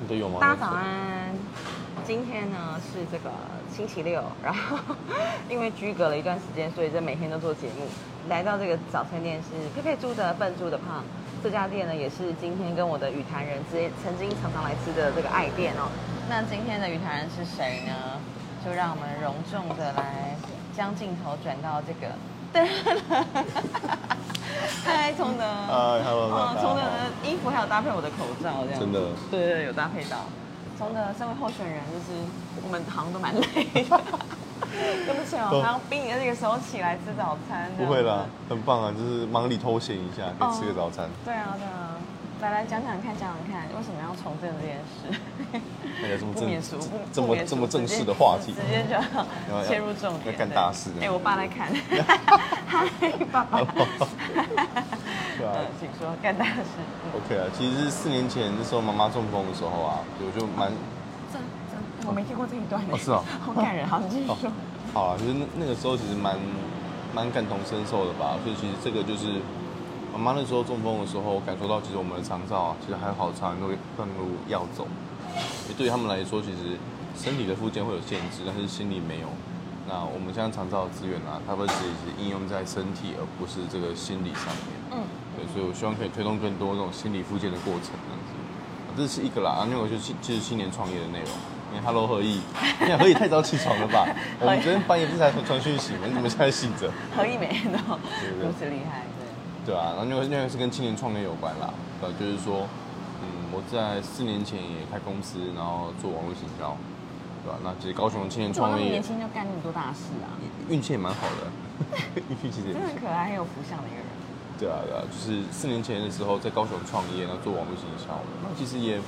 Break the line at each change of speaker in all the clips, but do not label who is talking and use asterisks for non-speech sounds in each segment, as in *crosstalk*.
你的有吗？
大家早安，今天呢是这个星期六，然后因为居隔了一段时间，所以就每天都做节目。来到这个早餐店是佩佩猪的笨猪的胖，这家店呢也是今天跟我的语坛人之曾经常常来吃的这个爱店哦。那今天的语坛人是谁呢？就让我们隆重的来将镜头转到这个， *laughs* 嗨，聪德，
嗨，Hello，大啊
哦，
家
聪
好
德的衣服还有搭配我的口罩，这样子
真的
对对对，有搭配到。从的身为候选人，就是我们好像都蛮累的。 *laughs* 对不起哦，
都
好像逼你在这个时候起来吃早餐。
不会啦，，很棒啊，就是忙里偷闲一下，
哦
可以吃个早餐。
对啊，对啊。来来讲讲看，讲讲看，为什么要重振这件 *laughs* 事？
哎呀，这么
不
正
免俗，不
这
不
么
免俗
这么正
直
式
接
的话题
直，接就要
*laughs* 要
切入重点，
要干大事的
对哎，我爸在
*laughs*
看，*laughs* 嗨，爸爸，
哦
*laughs*
对啊
呃，请说干大事。嗯
OK 啊。其实是四年前那时候妈妈中风的时候啊，我就蛮
这这我没听过这一段，欸
哦是哦
*laughs* 好感人，好，你继续说
哦。好啊，就是那那个时候其实蛮蛮感同身受的吧。所以其实这个就是妈妈那时候中风的时候，感受到其实我们的肠道啊，其实还有好长一段路段路要走。也对于他们来说，其实身体的附件会有限制，但是心理没有。那我们现在肠道的资源啊，它会只是应用在身体，而不是这个心理上面。
嗯，？
对，所以我希望可以推动更多这种心理复健的过程，这样子。啊这是一个啦，啊另外一个就是就是新年创业的内容。因为 Hello 何毅，你看何毅太早起床了吧我们昨天半夜不是才传传讯息吗？你怎么现在醒着？
何以每天都
对对
如此厉害，
对
对。
啊，然后另外另外是跟青年创业有关啦，呃，就是说，嗯，我在四年前也开公司，然后做网络行销，对吧、那其实高雄的青年
怎么
创
那么
业
年轻就干那么多大事啊？
运气也蛮好的， *laughs* 运气其实也
真
不错
的很可爱，很有福相的一个人。
对啊，对啊，就是四年前的时候在高雄创业，然后做网络行销，那其实也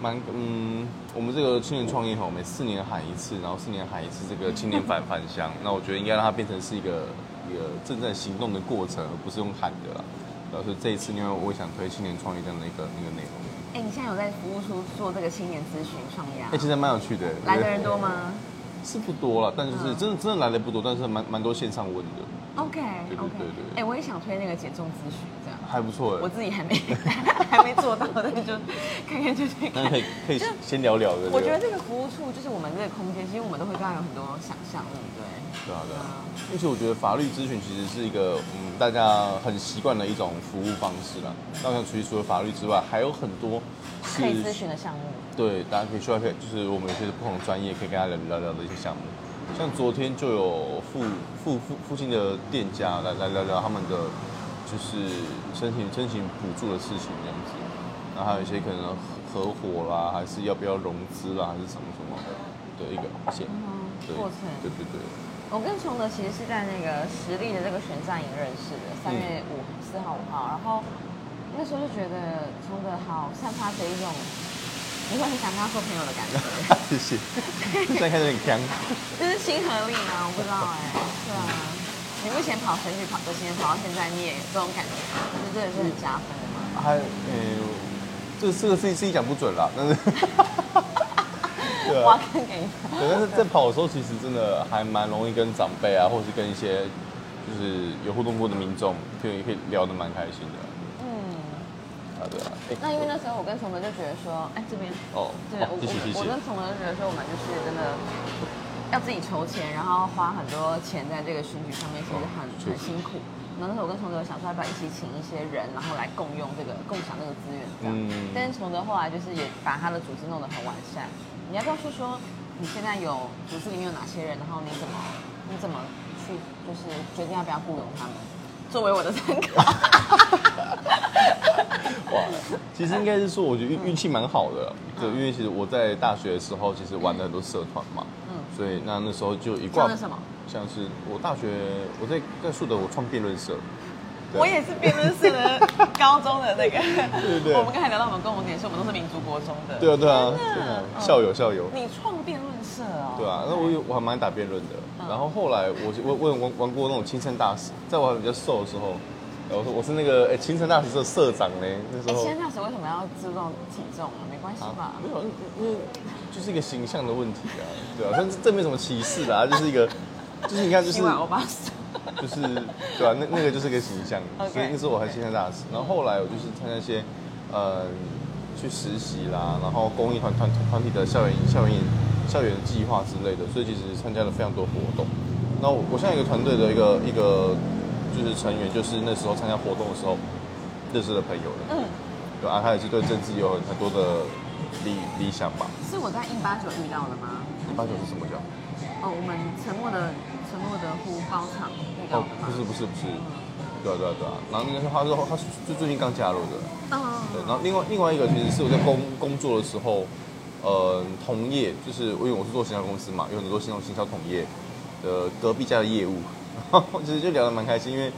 蛮嗯，我们这个青年创业吼，每四年喊一次，然后四年喊一次这个青年
*laughs*
返返乡，那我觉得应该让它变成是一个一个正在行动的过程，而不是用喊的啦。然后所以这一次，因为我也想推青年创业这样的一个那个内容，
哎，你现在有在服务处做这个青年咨询创业啊
哎、？其实还蛮有趣的。
来的人多？吗
是不多了，但就是
嗯
真的真的来的不多，但是蛮蛮多线上问的，
？OK
对对
OK
对对。对
哎，我也想推那个减重咨询，这样
还不错
我
哎。
自己还没 *laughs* 还没做到，但是就看看就去
那
看
可。以可以先聊聊的。
我觉得这个服务处就是我们这个空间，其实我们都会对它有很多想象，对不对？呃
对啊，对啊。而且我觉得法律咨询其实是一个嗯大家很习惯的一种服务方式啦。那像其实除了法律之外，还有很多是
可以咨询的项目。
对大家可以需要可以就是我们有些不同的专业可以跟大家聊聊的一些项目。像昨天就有附附附附近的店家来来聊聊他们的就是申请申请补助的事情这样子，那还有一些可能合合伙啦，还是要不要融资啦，还是什么什么的一个线。
嗯
对
过程
对对对。
我跟崇德其实是在那个实力的这个选战营认识的，三月五四号五号，然后那时候就觉得崇德好散发着一种你会很想跟他做朋友的感觉，
*laughs* 谢谢。现在开始很强，
就是亲和力啊，我不知道哎、对啊，你目前跑选举跑的时间跑到现在，你也有这种感觉，这真的是很加分的吗？
还呃，这这个自己自己讲不准啦，但是对啊
我要看给你看，
对，啊但是在跑的时候，其实真的还蛮容易跟长辈啊，或是跟一些就是有互动过的民众，可以可以聊得蛮开心的
嗯，
啊，对啊。哎
那因为那时候我跟崇德就觉得说，哎、这边。
哦，
对，
好
我
谢谢谢
我我
谢
跟。同仁觉得说，我们就是真的要自己筹钱，然后花很多钱在这个选举上面，其实很、
哦确
很
实
辛苦。然后那时候我跟崇德想说，要不要一起请一些人，然后来共用这个、共享这个资源这样。
嗯
但是崇德后来就是也把他的组织弄得很完善。你要不要说说你现在有组织里面有哪些人，然后你怎么你怎么去就是决定要不要雇佣他们，作为我的参考。
*laughs*
*laughs*
哇，其实应该是说，我觉得
嗯
运运气蛮好的，对，因为其实我在大学的时候，其实玩了很多社团嘛，
嗯，
所以那那时候就一
像
挂
那什么？
像是我大学我在在树德我创辩论社，对
我也是辩论社的高中的那个，
对对
我们刚才聊到我们共同点是，我们都是民族国中的。
对啊对啊，
真的
对啊
嗯
校友校友，
你创辩论社哦？
对啊，那我有我还蛮爱打辩论的。
嗯
然后后来我我我有玩玩过那种青山大使，在我还比较瘦的时候，然后我说我是那个诶青山大使社社长呢，那
哎，
时候
现在大使为什么要注重体重啊？没关系
啊？
吧
没有，因为就是一个形象的问题啊，对啊，但是这没什么歧视啦，就是一个就是你看
*laughs*
就是
今晚欧巴桑。
就是对啊，那那个就是个形象
OK
所以那时候我还青山大使。然后后来我就是参加一些呃去实习啦，然后公益团团团体的校园校园校园计划之类的，所以其实参加了非常多活动。那我我现在有一个团队的一个一个就是成员，就是那时候参加活动的时候认识的朋友的，
嗯，
对啊，他也是对政治有很很多的理理想吧。
是我在一八九遇到的吗？
一八九是什么奖？
哦，我们沉默的沉默的呼包场遇到
哦
的吗？，
不是不是不是，
嗯
对啊对啊对啊。然后那个他说他是就最近刚加入的，对，
嗯，
然后另外另外一个其实是我在工工作的时候，呃，同业就是因为我是做行销公司嘛，有很多行销行销同业的隔壁家的业务， *laughs* 然后其实就聊得蛮开心，因为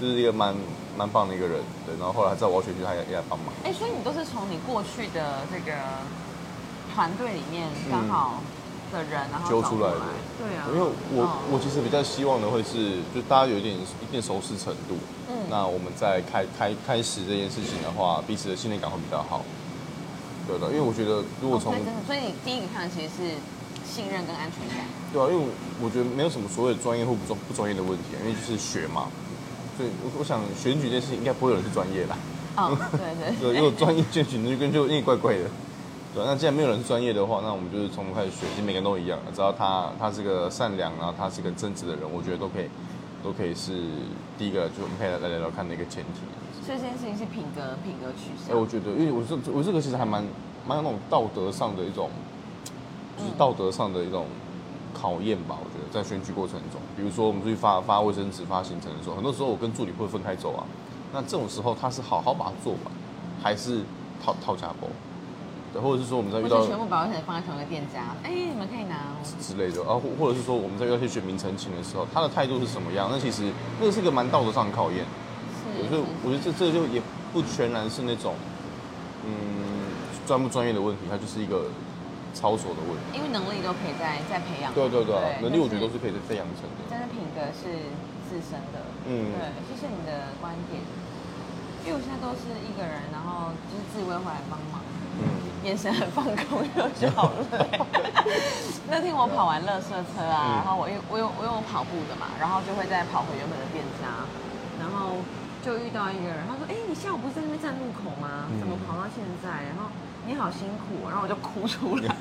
就是一个蛮蛮棒的一个人，对，然后后来在我要选区，他也也来帮忙，
哎、所以你都是从你过去的这个团队里面刚好的人，然后
嗯揪
找
出
过
来
来
的
对啊，
因为我、
嗯
我其实比较希望的会是，就大家有一点一定熟识程度，
嗯
那我们在开开开始这件事情的话，彼此的信任感会比较好，对的，因为我觉得如果
哦
从、
所以真的，所以你第一个看的其实是信任跟安全
*laughs*
感。
对啊，因为我觉得没有什么所谓的专业或不专不专业的问题啊，因为就是学嘛。所以我我想选举这件事情应该不会有人是专业啦。
嗯，对
对，
对
如果专业选举，那就跟就有点怪怪的。对啊、那既然没有人是专业的话，那我们就是从头开始学，其实每个人都一样，啊只要他他是个善良，然后他是个正直的人，我觉得都可以，都可以是第一个，就我们可以来来聊聊看的一个前提。
所以这件事情是品格品格取
哎、
向。
我觉得，因为我这我这个其实还蛮蛮有那种道德上的一种，就是
嗯
道德上的一种考验吧。我觉得在选举过程中，比如说我们出去发发卫生纸、发行程的时候，很多时候我跟助理会分开走啊。那这种时候，他是好好把它做完，还是套套夹包？对，或者哎是说我们在遇
不
到
是全部把卫生纸放在同一个店家，哎、你们可以拿哦。
之类的啊，或或者是说我们在遇到一些选民陈情的时候，他的态度是什么样？那其实那个是一个蛮道德上的考验。
是，
我就我觉得这这就也不全然是那种，嗯，专不专业的问题，它就是一个操守的问题。
因为能力都可以再再培养。
对对对啊，能力我觉得都
但
是可以培养成的。
但是品格是自身的，
嗯
对，这是你的观点。因为我现在都是一个人，然后就是自己会回来帮忙，
嗯，
眼神很放空， *laughs* 就觉得好累。那天我跑完乐色车
嗯
啊，然后我又我有我有跑步的嘛，然后就会再跑回原本的店家，然后就遇到一个人，他说：“哎、你下午不是在那边站路口吗？
嗯
怎么跑到现在？然后你好辛苦哦、然后我就哭
*laughs*
出来。
哦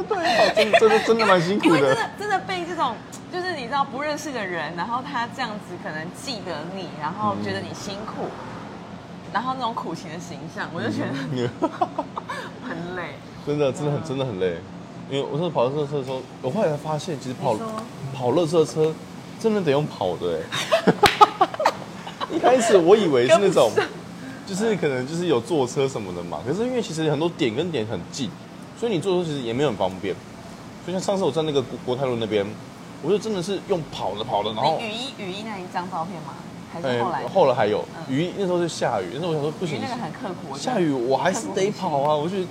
真的真的真的蛮辛
因
苦
为真
的。
的真的被这种，就是你知道不认识的人，然后他这样子可能记得你，然后觉得你辛苦，
嗯
然后那种苦情的形象，我就觉得很累。
真的真的很真的很累，因为我那时候跑乐色车的时候，我后来发现其实跑
你说
跑乐色车真的得用跑的
*laughs*
哎。一开始我以为是那种
跟不上，
就是可能就是有坐车什么的嘛，可是因为其实很多点跟点很近，所以你坐车其实也没有很方便。就像上次我在那个国国泰路那边，我就真的是用跑的跑的，然后
你雨衣雨衣那一张照片吗？还
哦哎
是后来？
后来还有
嗯
雨，那时候是下雨，那时候我想说不
雨衣
行，
那个很刻苦，我觉得
下雨我还是得跑啊！我去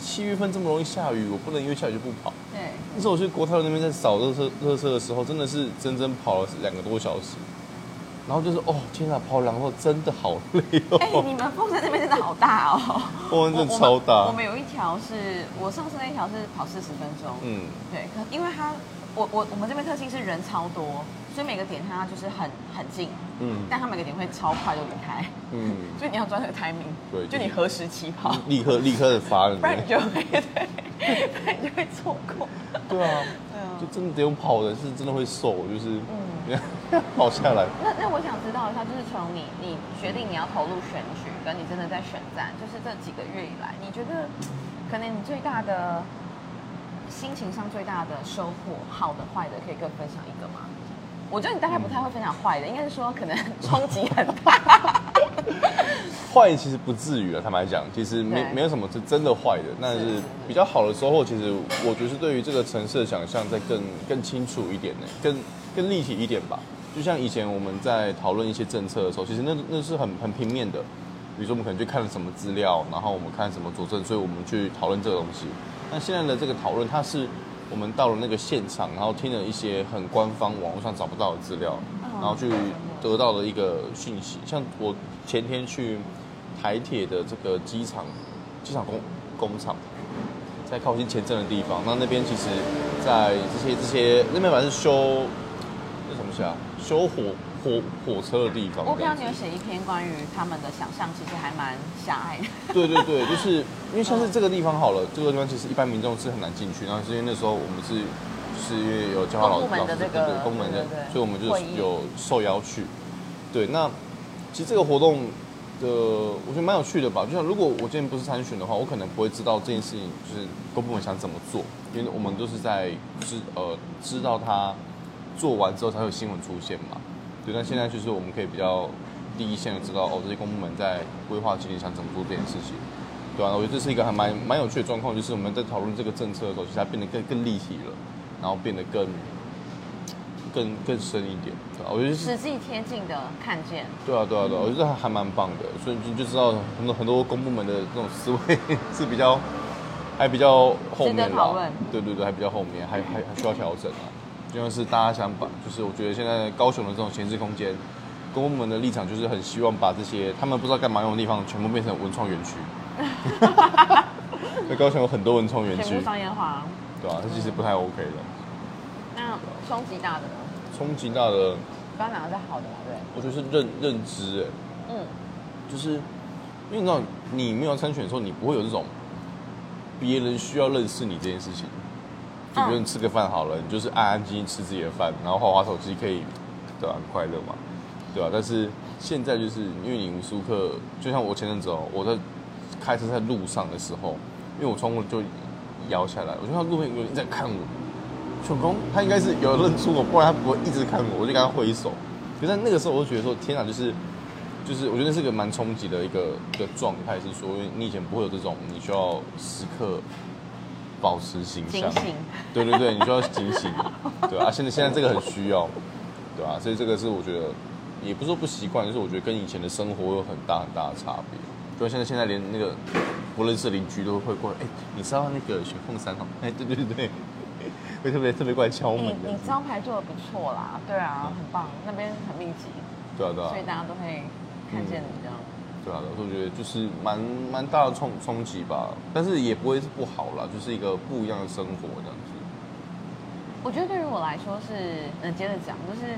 七月份这么容易下雨，我不能因为下雨就不跑。
对，
那时候我去国泰那边在扫热车热车的时候，真的是整整跑了两个多小时，然后就是哦天啊，跑两后真的好累 *laughs*
哎、
哦，
你们风筝那边真的好大
*laughs*
哦，
风筝真的超大
我我们我们有一条是我上次那一条是跑四十分钟，
嗯，
对，可因为它我我我们这边特性是人超多，所以每个点它就是很很近，
嗯
但它每个点会超快就离开，
嗯，
所以你要抓那个 timing，
对就是
就
嗯
你何时起跑，
立刻立刻的发了，
不然你就会 *laughs* 对，不然你就会错过。
对啊，
对啊
就真的得用跑的，是真的会瘦，就是
嗯
*laughs* 跑下来。
那那我想知道一下，就是从你你决定你要投入选举，跟你真的在选战，就是这几个月以来，你觉得可能你最大的心情上最大的收获，好的坏的，可以跟我分享一个吗？我觉得你大概不太会分享坏的，应该是说可能 *laughs* 冲击很大。
坏其实不至于啊，坦白讲，其实没
对
没有什么是真的坏的，但
是
是
是
比较好的收获，其实我觉得是对于这个城市的想象再更更清楚一点呢，更更立体一点吧。就像以前我们在讨论一些政策的时候，其实那那是很很平面的，比如说我们可能去看了什么资料，然后我们看什么佐证，所以我们去讨论这个东西。那现在的这个讨论，它是我们到了那个现场，然后听了一些很官方网络上找不到的资料，
哦
然后去得到了一个讯息。像我前天去台铁的这个机场，机场工工厂，在靠近前镇的地方。那那边其实，在这些这些那边本来是修那什么东西啊，修火火火车的地方。
我看到
这样
你有
子
写一篇关于他们的想象，其实还蛮狭隘的。
对对对，就是因为像是这个地方好了，这个地方其实一般民众是很难进去，然后是因为那时候我们是是因为有教化老
公部
老
门
师
的
对
这个
对公部门的
对对，对
所以我们就
会
是
议
有受邀去。对，那其实这个活动的我觉得蛮有趣的吧，就像如果我今天不是参选的话，我可能不会知道这件事情就是公部门想怎么做，因为我们都是在知呃知道它做完之后才会有新闻出现嘛。对，但现在就是我们可以比较第一线的知道哦，这些公部门在规划今年想怎么做这件事情，对啊，我觉得这是一个还蛮蛮有趣的状况，就是我们在讨论这个政策的时候，其实它变得更更立体了，然后变得更更更深一点，对啊，我觉得是
实际贴近的看见，
对啊对啊对啊，我觉得还还蛮棒的，所以你就知道很多很多公部门的这种思维 *laughs* 是比较还比较后面
值得讨
啦
论，
对对对，还比较后面，还还还需要调整啊。就像是大家想把，就是我觉得现在高雄的这种闲置空间，公部门的立场就是很希望把这些他们不知道干嘛用的地方全部变成文创园
*laughs*
区。那高雄有很多文创园
全
区
部，商业化。
对吧、啊？这其实不太 OK 的。
那冲击大的呢，
冲击大的，
刚刚讲的是好的嘛，对，
我觉得是认认知、欸，
嗯，
就是因为你知道，你没有参选的时候，你不会有这种别人需要认识你这件事情。就比如你吃个饭好了，你就是安安静静吃自己的饭，然后划划手机，可以对吧、很快乐嘛，对吧、但是现在就是因为你无时无刻，就像我前阵子哦，我在开车在路上的时候，因为我窗户就摇下来，我就看到路边有人在看我，蠢工，他应该是有认出我，不然他不会一直看我，我就跟他挥手。可是那个时候，我就觉得说，天哪，啊就是就是，我觉得是个蛮冲击的一个一个状态，是说，因为你以前不会有这种，你需要时刻保持形
警
象，
醒，
对对对，你需要警醒，对啊，现在现在这个很需要，对啊，所以这个是我觉得也不是说不习惯，就是我觉得跟以前的生活有很大很大的差别。就像现在现在连那个不认识的邻居都会过来，哎、你知道那个雪凤山哦？哎、 *laughs* 对对对，会特别特别过来敲门
你
的
哎你，招牌做的不错啦，对啊，很棒，那边很密集，
对啊对啊
所以大家都会看见你这样。
对啊，所以我觉得就是蛮蛮大的冲冲击吧，但是也不会是不好啦，就是一个不一样的生活这样子。
我觉得对于我来说是，呃，接着讲，就是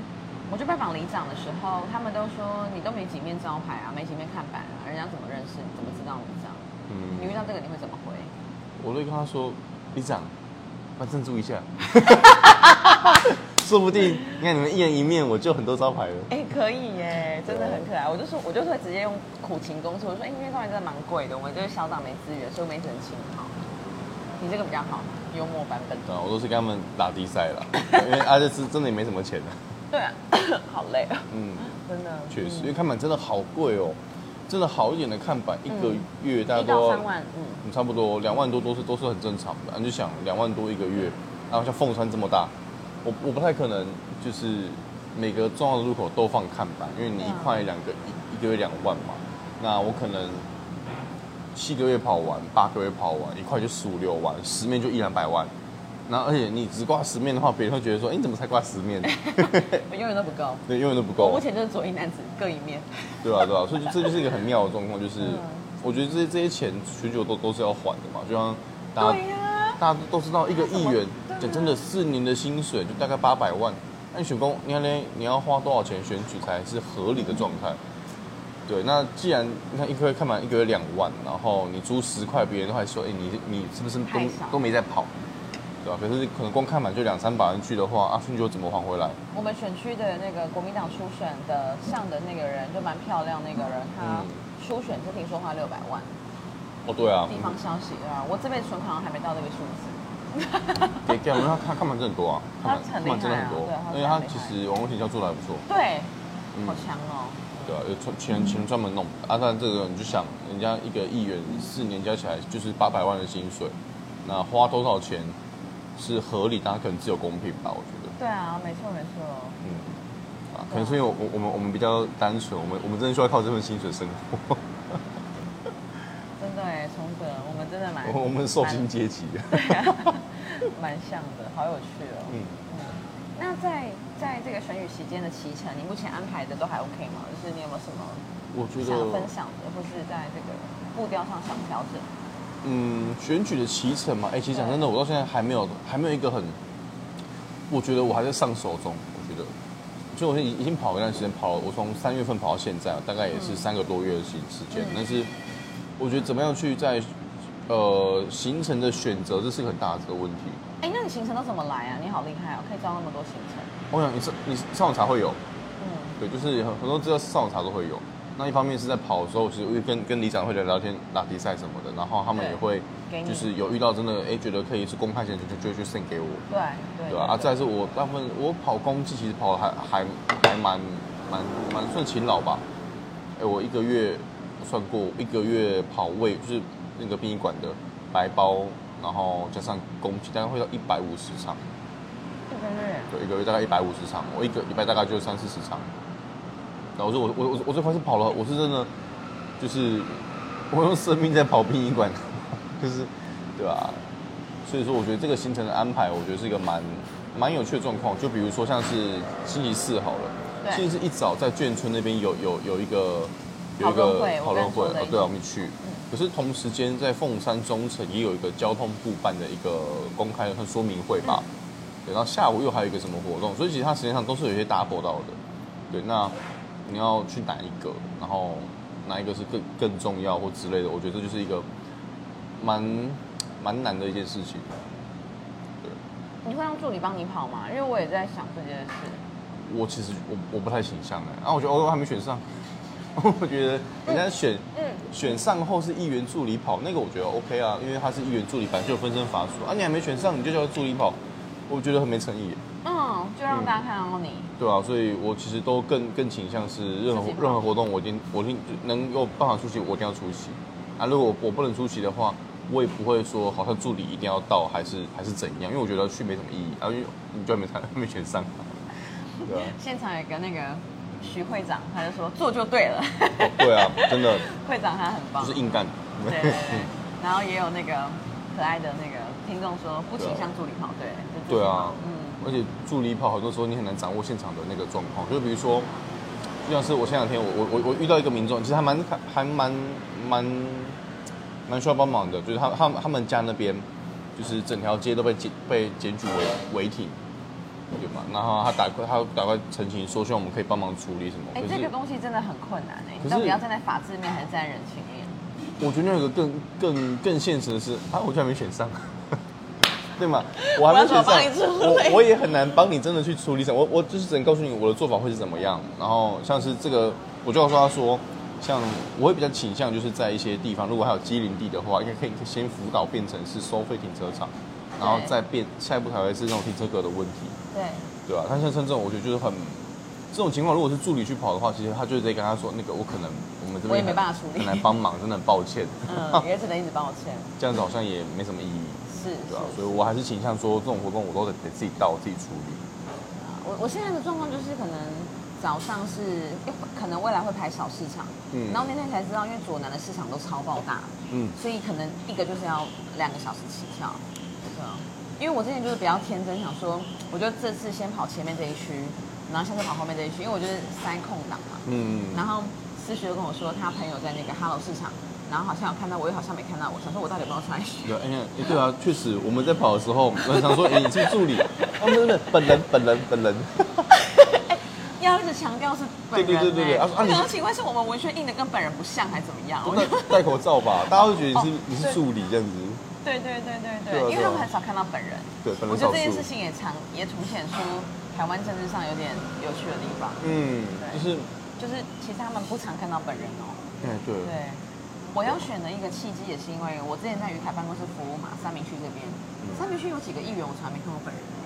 我去拜访里长的时候，他们都说你都没几面招牌啊，没几面看板啊，人家怎么认识你，怎么知道你这样？你遇
嗯，
到这个你会怎么回？
我都会跟他说，李长，把赞助一
*laughs*
下，说不定你看你们一人一面，我就很多招牌了。
哎、可以耶，真的很可爱。我就说，我就会直接用苦情攻势，我说，哎、因为招牌真的蛮贵的，我们就是小岛没资源，所以我们一直很勤好。你这个比较好，幽默版本。
对啊，我都是跟他们打比赛啦，因为阿这是真的也没什么钱的、
对啊， *coughs* 好累啊，
嗯，
真的。
确实，因为看板真的好贵哦，真的好一点的看板一个月大概
一
都
到
要
三万，嗯，
嗯差不多两万多都是都是很正常的。你就想两万多一个月，然后像凤山这么大，我我不太可能就是每个重要的路口都放看板，因为你
对
一
啊
块两个一一个月两万嘛，那我可能七个月跑完，八个月跑完，一块就十五六万，十面就一两百万。那而且你只挂十面的话，别人会觉得说，哎、你怎么才挂十面？
我永远都不够。
对，永远都不
*laughs* 我
够
目。前就是左一男子各一面。
对啊，对啊，所以就这就是一个很妙的状况，就是
嗯
我觉得这些这些钱许久都都是要还的嘛，就像大家
对呀、
大家都知道，一个议员
对啊
讲真的，四年的薪水就大概八百万。那你选公，你看嘞，你要花多少钱选举才是合理的状态？对，那既然你看一个月看满一个月两万，然后你租十块，别人都还说，哎、你你是不是都
太少
都没在跑？对吧、可是可能光看满就两三百万去的话，阿顺就怎么还回来？
我们选区的那个国民党初选的上的那个人就蛮漂亮，那个人她
嗯
初选就听说花六百万，
哦，对啊，
地方消息对吧？我这辈子存款好像还没到这个数
嗯
字，
给给我们他看看板真的很多啊，看板
他
看
很厉害
板
啊
真的很多
对他，
因为他
很厉害
其实网络营销做的还不错，
对，
嗯
好强哦。
对啊，有专钱钱专门弄啊，但这个你就想，人家一个议员四年加起来就是八百万的薪水，那花多少钱是合理，大家可能只有公平吧，我觉得，
对啊，没错没错。
嗯，啊，可能是因为我我我们我们比较单纯，我们我们真的需要靠这份薪水生活，
真的哎，从哥，我们真的蛮，
*laughs* 我们是受薪阶级的，
蛮蛮像的，好有趣哦。
嗯，
那在在这个选举期间的骑程，你目前安排的都还 OK 吗？就是你有没有什么
我觉
想要
得
分，享的，或是在这个步调上想调整？
嗯，选举的骑程嘛，哎、其实讲真的，我到现在还没有还没有一个很，我觉得我还在上手中，我觉得。就我已已经跑了一段时间，跑了我从三月份跑到现在，大概也是三个多月的时时间。
嗯
但是我觉得怎么样去在呃行程的选择，这是个很大的问题。
哎，那你行程都怎么来啊？你好厉害哦，可以招那么多行程。
我想你上你上网查会有，
嗯，
对，就是很很多资料上网查都会有。那一方面是在跑的时候，其实会跟跟里长会聊聊天、打比赛什么的，然后他们
对
也会
给你
就是有遇到真的哎觉得可以是公派行程，就就就去 send 给我。
对对
对啊，啊再来是我大部分我跑公绩其实跑得还还还蛮蛮蛮算勤劳吧。哎、我一个月算过，一个月跑位就是那个殡仪馆的白包，然后加上公绩，大概会到一百五十场，
一个月
对，一个月大概一百五十场，我一个礼拜大概就三四十场。然后我说我我我我最开始跑了，我是真的就是我用生命在跑殡仪馆，就是对吧、所以说，我觉得这个行程的安排，我觉得是一个蛮蛮有趣的状况。就比如说像是星期四好了，
对
星期四一早在眷村那边有有有一个有一
讨论
个嗯
会
讨论会
我刚才说的，
哦对啊，我们去。可是同时间在凤山中城也有一个交通部办的一个公开的算说明会吧，对，然后下午又还有一个什么活动，所以其实它时间上都是有一些搭破到的。对，那你要去哪一个，然后哪一个是更更重要或之类的，我觉得这就是一个蛮蛮难的一件事情。
你会让助理帮你跑吗？因为我也在想这件事。
我其实我我不太倾向哎，然、后我觉得我还没选上， *laughs* 我觉得人家选、
嗯，
选上后是议员助理跑，那个我觉得 OK 啊，因为他是议员助理，本来就有分身乏术啊，你还没选上你就叫助理跑，我觉得很没诚意，
嗯，就让大家看到你。
对啊，所以我其实都更更倾向是任何
自己跑
任何活动我一定我一定能有办法出席，我一定要出席啊，如果我我不能出席的话。我也不会说好像助理一定要到，还是还是怎样，因为我觉得去没什么意义啊，因为你就还没参还没选上，对啊。
现场有个那个徐会长，他就说做就对了。
对啊，真的
会长他很棒。
就是硬干。 *laughs*
对对对。然后也有那个可爱的那个听众说不倾向助理跑，对，
啊
就自己
对啊
跑嗯，
而且助理跑很多时候你很难掌握现场的那个状况，就比如说，就像是我前两天我我我我遇到一个民众，其实还蛮还蛮蛮蛮需要帮忙的，就是他他们他们家那边就是整条街都被检被检举违违停。对嘛？然后他打过，他打过陈情，说希望我们可以帮忙处理什么。
哎
可，
这
是
个东西真的很困难哎，
可是
你到底要站在法制面还是站在人情面？
我觉得有一个更更更现实的是，啊，我居然没选上， *laughs* 对吗？我还没选上，
*laughs* 我要怎么帮你处理
我我也很难帮你真的去处理什么。我我就是只能告诉你我的做法会是怎么样。然后像是这个，我就告诉他说，像我会比较倾向就是在一些地方，如果还有机灵地的话，应该可以先辅导变成是收费停车场，然后
对
再变下一步才会是那种停车格的问题。
对，
对吧、啊？但像深圳，我觉得就是很这种情况，如果是助理去跑的话，其实他就得跟他说，那个我可能我们这边
我也没
很
办法处理
很难帮忙，真的很抱歉。*laughs*
嗯，也只能一直帮我签，
这样子好像也没什么意义，
是
对吧、啊？
是。
所以我还是倾向说，这种活动我都得得自己到自己处理。
我我现在的状况就是可能早上是，诶可能未来会排小市场，
嗯
然后那天才知道，因为左南的市场都超爆大，
嗯，
所以可能一个就是要两个小时起跳，对啊。因为我之前就是比较天真，想说，我就这次先跑前面这一区，然后下次跑后面这一区，因为我就是塞空档嘛。
嗯，
然后思学就跟我说，他朋友在那个哈喽市场，然后好像有看到我，又好像没看到我，想说我到底有没有穿鞋？
对啊，哎、哎对啊，确实我们在跑的时候， *laughs* 我想说，哎、你是助 *laughs* 理，啊，不是不是，本人本人本人，
*laughs* 要一直强调是本人、欸。
对对对对对啊啊你
我想说奇怪，是我们文宣印的跟本人不像，还是怎么样？我就
戴哦戴口罩吧，大家会觉得你是、
哦
你是
对
助理这样子，
对对对对对，
对啊
因为他们很少看到本人。
对，本
我
人
觉
少
得这件
数
事。情也常也凸显出台湾政治上有点有趣的地方，
嗯，就是，
就是其实他们不常看到本人哦。
哎、对，
对，我要选的一个契机也是因为我之前在于凯办公室服务嘛，三明区这边，三明区有几个议员我从来没看过本人哎、
啊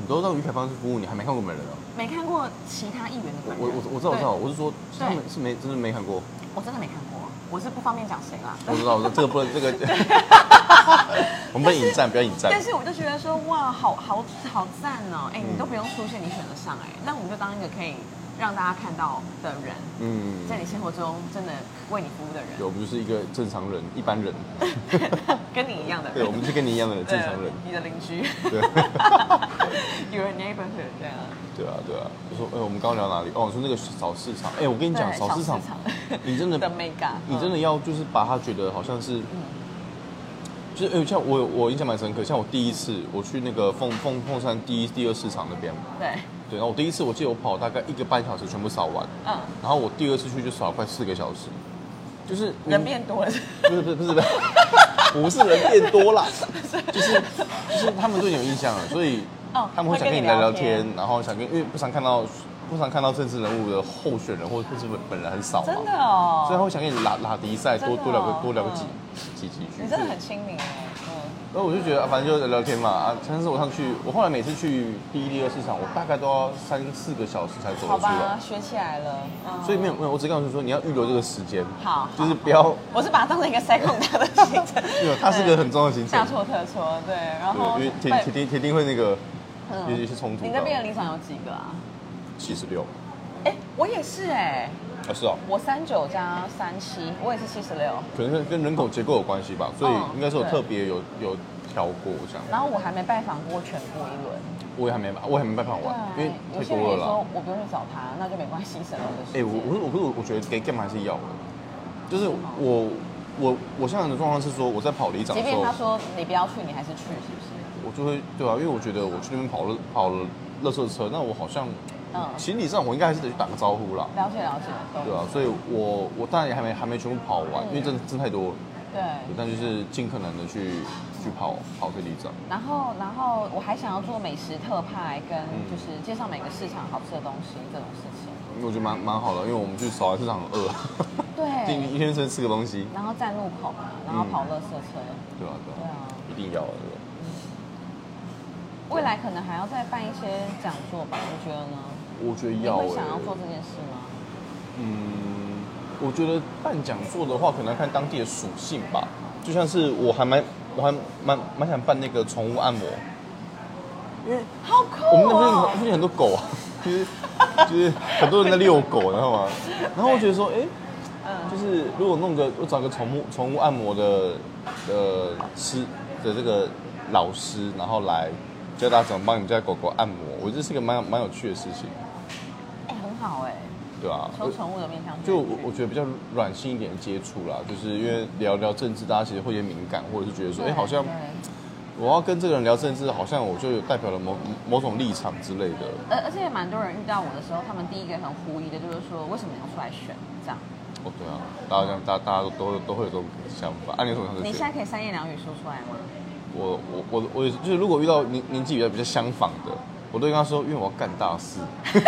你都到于凯方式服务，你还没看过本人啊？
没看过其他议员的
我
本人。
我我我知道我知道，我是说他们
对
是没真的没看过，
对，我真的没看过，我是不方便讲谁啦。
我知道我说这个不能这
*laughs*
个， *laughs* 我们不能引战，不要引战
但。是我就觉得说，哇，好好好赞哦！哎、
嗯
你都不用出现，你选得上哎、那我们就当一个可以让大家看到的人，
嗯，
在你生活中真的为你服务的人，
对，我们就是一个正常人，一般人，
跟你一样的人，
对，我们就跟你一样的正常人，
对你的邻居，
对，
*laughs* ，your neighborhood，对啊，
对啊，对啊。就说，哎，我们刚刚聊哪里？哦，我说那个扫市场，哎，我跟你讲，
对
扫市场，你真的
*laughs*
嗯
的 mega，
你真的要就是把它觉得好像是，就是呃，像我有我印象蛮深刻，像我第一次我去那个凤凤凤山第一第二市场那边，
嗯对，
对，然后我第一次我记得我跑大概一个半小时全部扫完，
嗯，
然后我第二次去就扫了快四个小时，就是我
人变多了， *laughs*
不是不是不是不是不是人变多啦，就是就是他们对你有印象了，所以
哦
他们会想
会
跟
跟
你
你
聊
聊
聊
天
天，然后想跟因为不常看到不常看到政治人物的候选人或者是本本人很少嘛，
真的
所以他
哦，
会想跟你拉拉迪赛，多
真
多
的哦
聊个多聊个
嗯
几几几句。
你真的很亲民哎，嗯，
然后我就觉得，啊反正就聊天嘛啊。但是我上去，我后来每次去第一、第二市场，我大概都要三四个小时才走
好
得出
吧，
来，
学起来了，嗯
所以没有没有，我只告诉你说你要预留这个时间，
好，好
就是不要，
我是把它当成一个塞空大的行程
因为，它是个很重要的行
下
程，
错特错，对，然后
对，因为铁铁
对
定铁定会那个
嗯
有有些冲突的。
你那边的里长有几个啊？
七十六，
哎，我也是哎，
啊是哦，
我三九加三七，我也是七十六，
可能跟跟人口结构有关系吧，所以
嗯
应该是有
对
特别有有调过我想，
然后我还没拜访过全部一轮。
我也还没把我也还没办法
对
玩
啊，，
哦因为
有
太
些
多
人也
了啦。
说我不用去找他，那就没关系，省了我的时
哎、
间。
我我我可是我我觉得给 game 还是要的，就是我我我现在的状况是说，我在跑里长的时
即便
候
他，说你不要去，你还是去，是不是？
我就会对啊，因为我觉得我去那边跑了跑了垃圾车，那我好像
嗯，
心理上我应该还是得去打个招呼啦，
了解了解，懂
对啊，所以我我当然也还没还没全部跑完，
嗯
因为真的真的太多了，
对。
对但就是尽可能的去去跑跑这里长，
然后，然后我还想要做美食特派，跟
嗯
就是介绍每个市场好吃的东西这种事情。
因为我觉得蛮蛮好的，因为我们去扫完市场很饿，进
对。
一天随便吃个东西，
然后站路口嘛，然后
嗯
跑垃圾车。
对啊对
对
啊，
啊。
一定要的，对吧
未来可能还要再办一些讲座吧？你觉得呢？
我觉得
你
要、
会
欸，
想要做这件事吗？
嗯，我觉得办讲座的话，可能要看当地的属性吧。就像是我还蛮我还蛮蛮想办那个宠物按摩，
好酷
我们那
哦！
边附近很多狗啊， *laughs* 就是就是很多人在遛狗，你知道吗？然后我觉得说，哎、
嗯，
就是如果弄个我找个宠物宠物按摩的呃师的这个老师，然后来教大家怎么帮你们家狗狗按摩，我觉得这是个蛮有蛮有趣的事情，
哎，很好哎，
对吧、
从宠物的面向去
就我我觉得比较软性一点的接触啦，就是因为聊聊政治，大家其实会有点敏感，或者是觉得说，哎、
对
好像
对
我要跟这个人聊政治，好像我就有代表了某某种立场之类的。
而而且也蛮多人遇到我的时候，他们第一个很狐疑的就是说，为什么你要出来选这样？
哦，对啊，大家这样，大大家都都都会有这种想法。啊，你有什么想
你
法
现在可以三言两语说出来吗？
我我我我也是就是如果遇到年年纪比较比较相仿的，我都跟他说，因为我要干大事。 *laughs*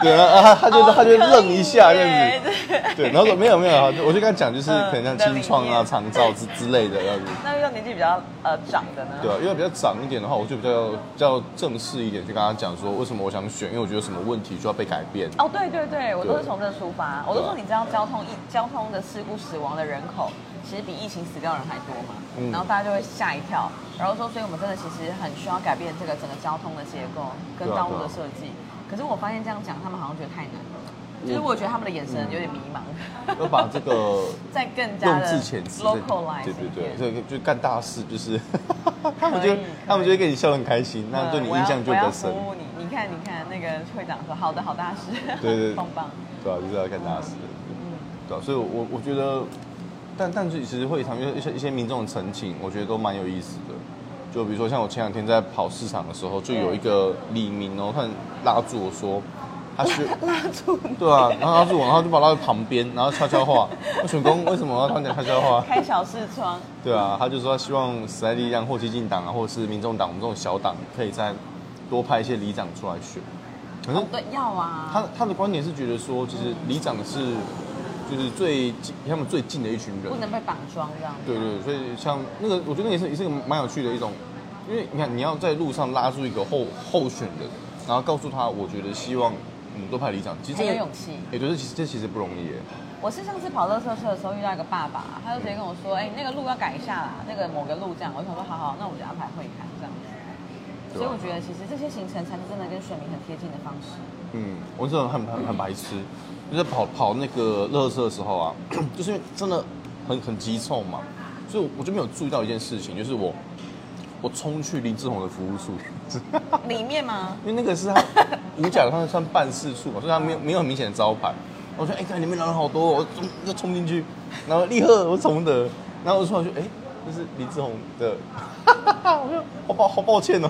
对啊啊，他他就、他就愣一下这样子，
子。对。
对，然后说没有没有，好我就跟他讲，就是
嗯
可能像
的
清
理
创啊、
念
长照之之类的这样子。
那遇到年纪比较呃长的呢？
对啊，因为比较长一点的话，我就比较比较正式一点，去跟他讲说为什么我想选，因为我觉得什么问题就要被改变。
哦，对对对，我都
对
是从这出发。我都
对啊
说，你知道交通一交通的事故死亡的人口，其实比疫情死掉的人还多嘛。
嗯
然后大家就会吓一跳，然后说，所以我们真的其实很需要改变这个整个交通的结构跟
对啊
道路
对啊
的设计。可是我发现这样讲，他们好像觉得太难了。
我
就是我觉得他们的眼神有点迷茫，
嗯要把这个
*laughs* 再更加
用
的
字遣词再，
localize
对对对，
一点
所以就干大事，就是他们
可以
就
可以
他们就会跟你笑得很开心，那
嗯
对你
我要
印象就比
我
较
要
深
服。务你，你看，你看那个会长说好的，好大师，
对对
*laughs* 棒棒。
对啊，就是要干大事，对啊，所以我我觉得，但但是其实会场一些一些民众的陈情，我觉得都蛮有意思的。就比如说像我前两天在跑市场的时候，就有一个李明哦，他拉住我说，他是
拉住你，
对啊，然后他住我，然后就把他拉到旁边，然后悄悄话，我选公为什么我要他讲悄悄话？
开小视
*laughs*
窗，
对啊，他就说他希望时代力量或激进党啊，或者是民众党，我们这种小党可以再多派一些里长出来选。可是
哦对，要啊。
他他的观点是觉得说，就是里长是就是最近离他们最近的一群人
不。能被绑装这样子。
对对，对所以像那个，我觉得那个也是也是个蛮有趣的一种，因为你看你要在路上拉住一个候候选人，然后告诉他，我觉得希望我们多派里长，其实这
很
个
有勇气。
也就是其实这其实不容易耶。
我是上次跑乐色车的时候遇到一个爸爸，他就直接跟我说：“哎、那个路要改一下啦，那个某个路这样。”我就想说：“好好，那我就安排会看这样子。”
对啊
所以我觉得其实这些行程才是真的跟选民很贴近的方式。
嗯，我真的很很很白痴，就是跑跑那个乐色的时候啊， *clears throat* 就是因为真的很很急凑嘛，所以我我就没有注意到一件事情，就是我我冲去林志宏的服务处，啊
里面吗？
因为那个是他五角他们算办事处嘛，所以他没有没有很明显的招牌。我说哎，看里面人好多哦，我冲就冲进去，然后立贺我冲的，然后我就突然觉得，哎，这是李志宏的，我就好抱好抱歉哦。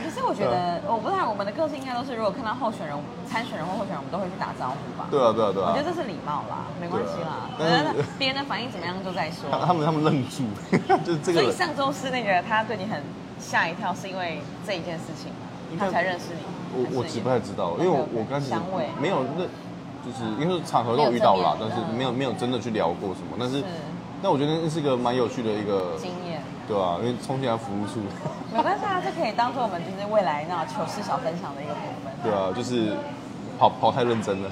可是我觉得，
啊
我不太，我们的个性应该都是，如果看到候选人、参选人或候选人，我们都会去打招呼吧。
对啊，对啊，对
我
啊
觉得。这是礼貌啦，没关系啦。
对啊但
反正
是
别人的反应怎么样就再说。
他他们他们愣住， *laughs* 就是这个
所
人。
以上周是那个他对你很吓一跳，是因为这一件事情吗
应该
他才认识你。
我我
还是
其实不太知道，因为我我刚才
香味
没有那，就是因为场合都有遇到啦，
没有正
但
面嗯
是没有没有真的去聊过什么，但是
是
但我觉得那是一个蛮有趣的一个，
经验，
对吧、因为冲进来服务处，
没关系啊，这可以当做我们就是未来那糗事小分享的一个部分。
对啊，就是跑跑太认
*laughs*
真了，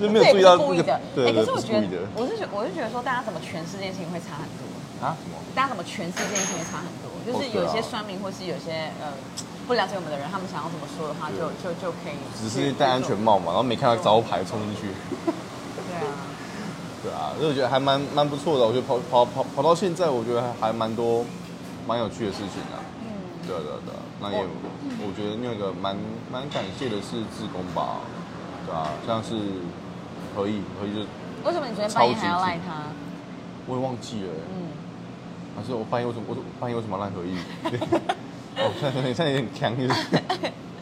就 *laughs* 没
这
有
也
注意到这
不是故意
个
的，，
对对，
哎可是
对
我
不是故
觉得
意的，
我是觉，我是觉得说，大家怎么诠释这件事情会差很多。
啊什么？
大家怎么诠释这件事情差很多，
哦
就是
啊
有些酸民或是有些呃不了解我们的人，他们想要怎么说的话，就就就可以去。
只是戴安全帽嘛，然后没看到招牌冲进去，
对啊，
对啊，所以我觉得还蛮蛮不错的，我觉得跑跑跑跑到现在，我觉得还还蛮多蛮有趣的事情啊。
嗯，
对啊对啊对啊，那也我觉得那个蛮蛮感谢的是志工吧，对啊，像是何以何以就
为什么你昨天半夜还要赖他？
我也忘记了欸，
嗯，
还啊是我半夜为什么我半夜为什么要烂何
*laughs*
以？哦，现在有点现在有点强，就是，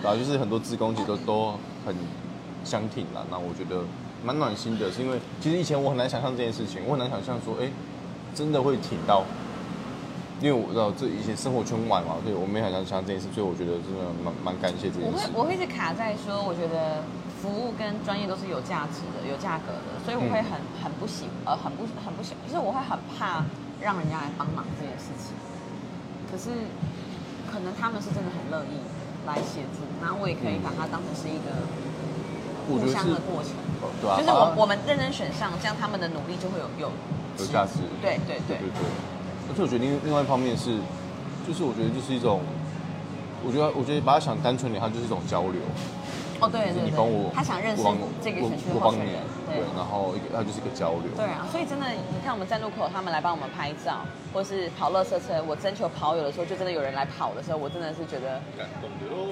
对啊，就是很多志工其实都都很相挺啦，那我觉得蛮暖心的，是因为其实以前我很难想象这件事情，我很难想象说，哎、真的会挺到。因为我知道这以前生活圈外嘛，对我没很想象这件事，所以我觉得真的蛮蛮感谢这件
我会
事。
我会一直卡在说，我觉得服务跟专业都是有价值的、有价格的，所以我会
嗯
很很不喜呃很不很不喜，就是我会很怕让人家来帮忙这件事情。可是可能他们是真的很乐意来协助，然后我也可以把它当成是一个
嗯我觉
互
得
相
是
的，过程。
对啊，
就是我
啊
我们认真选上，这样他们的努力就会有有
有价值
对对对
对对，对。而且我觉得另另外一方面是，就是我觉得就是一种，我觉得我觉得把它想单纯点，它就是一种交流。
哦对对
你
对，
帮我，
他想认识
我帮我
这个选区
我我
的候
帮
选
你啊
人，，
对，然后一个它就是一个交流。
对啊，所以真的，你看我们站路口，他们来帮我们拍照，或是跑垃圾车，我征求跑友的时候，就真的有人来跑的时候，我真的是觉得
感动的
哦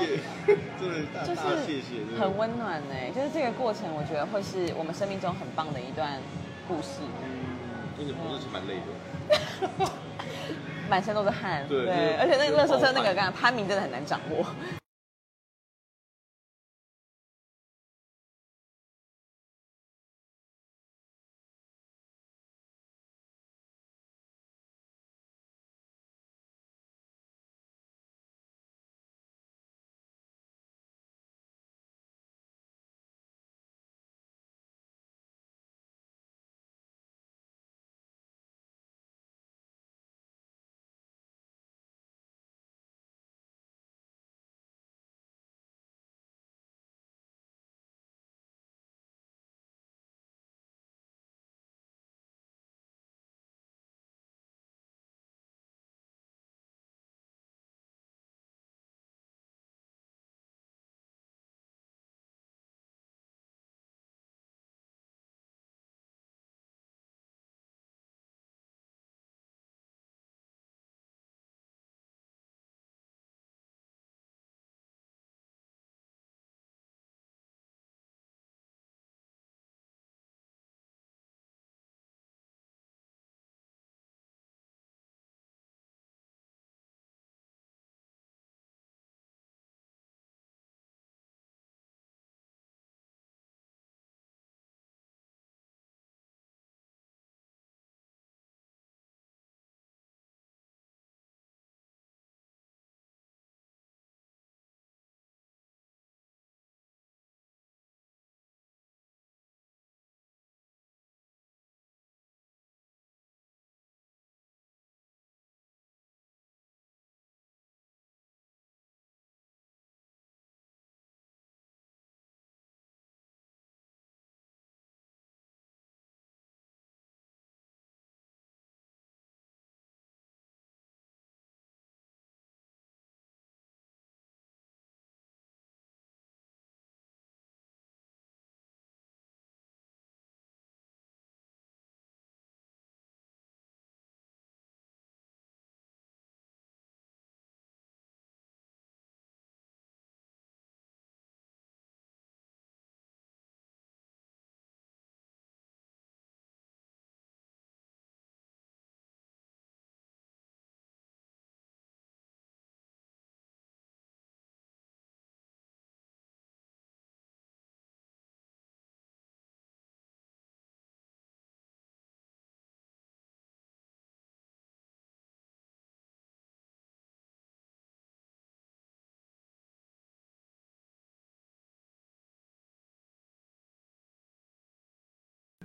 对
谢， *laughs* 真的大
就是很温暖呢、就是这个过程，我觉得会是我们生命中很棒的一段故事，
因为同事其实蛮累的，
满身都是汗，
对就是
而且那个垃圾车
就是
那
冒
个
汗
干潘明真的很难掌握。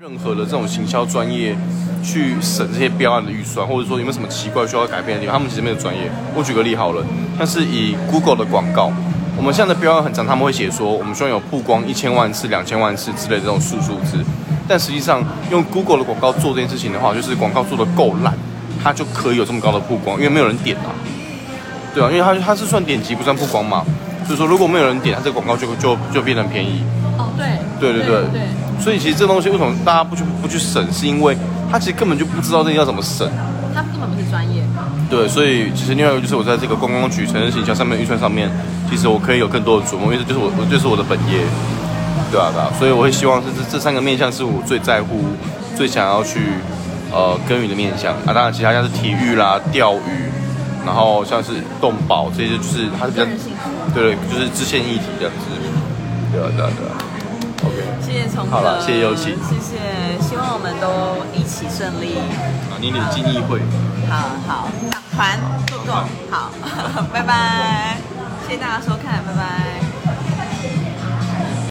任何的这种行销专业去审这些标案的预算，或者说有没有什么奇怪需要改变的地方，他们其实没有专业。我举个例好了，像是以 Google 的广告，我们现在的标案很长，他们会写说我们希望有曝光一千万次、两千万次之类的这种数数字，但实际上用 Google 的广告做这件事情的话，就是广告做的够烂，它就可以有这么高的曝光，因为没有人点啊。对啊，因为它它是算点击不算曝光嘛，所以说如果没有人点，它这个广告就就就变得很便宜。
哦，对，
对对对
对对，
所以其实这东西为什么大家不去不去审，是因为他其实根本就不知道这要怎么审。
他根本不是专业。
对，所以其实另外一个就是我在这个观光局城市形象上面的预算上面，其实我可以有更多的琢磨，因为这就是我我就是我的本业。对啊对啊，所以我会希望是这这三个面向是我最在乎、最想要去呃耕耘的面向啊。当然，其他像是体育啦、钓鱼，然后像是动保这些，就是它是比较
个人兴趣
对对，就是支线议题这样子。对啊对啊对啊。OK。
谢谢崇
好了
哥，
谢谢尤其
谢谢，希望我们都一起顺利。
啊，你领进议会。
嗯好好， *laughs* 党团助动，好，拜拜，谢谢大家收看，拜拜。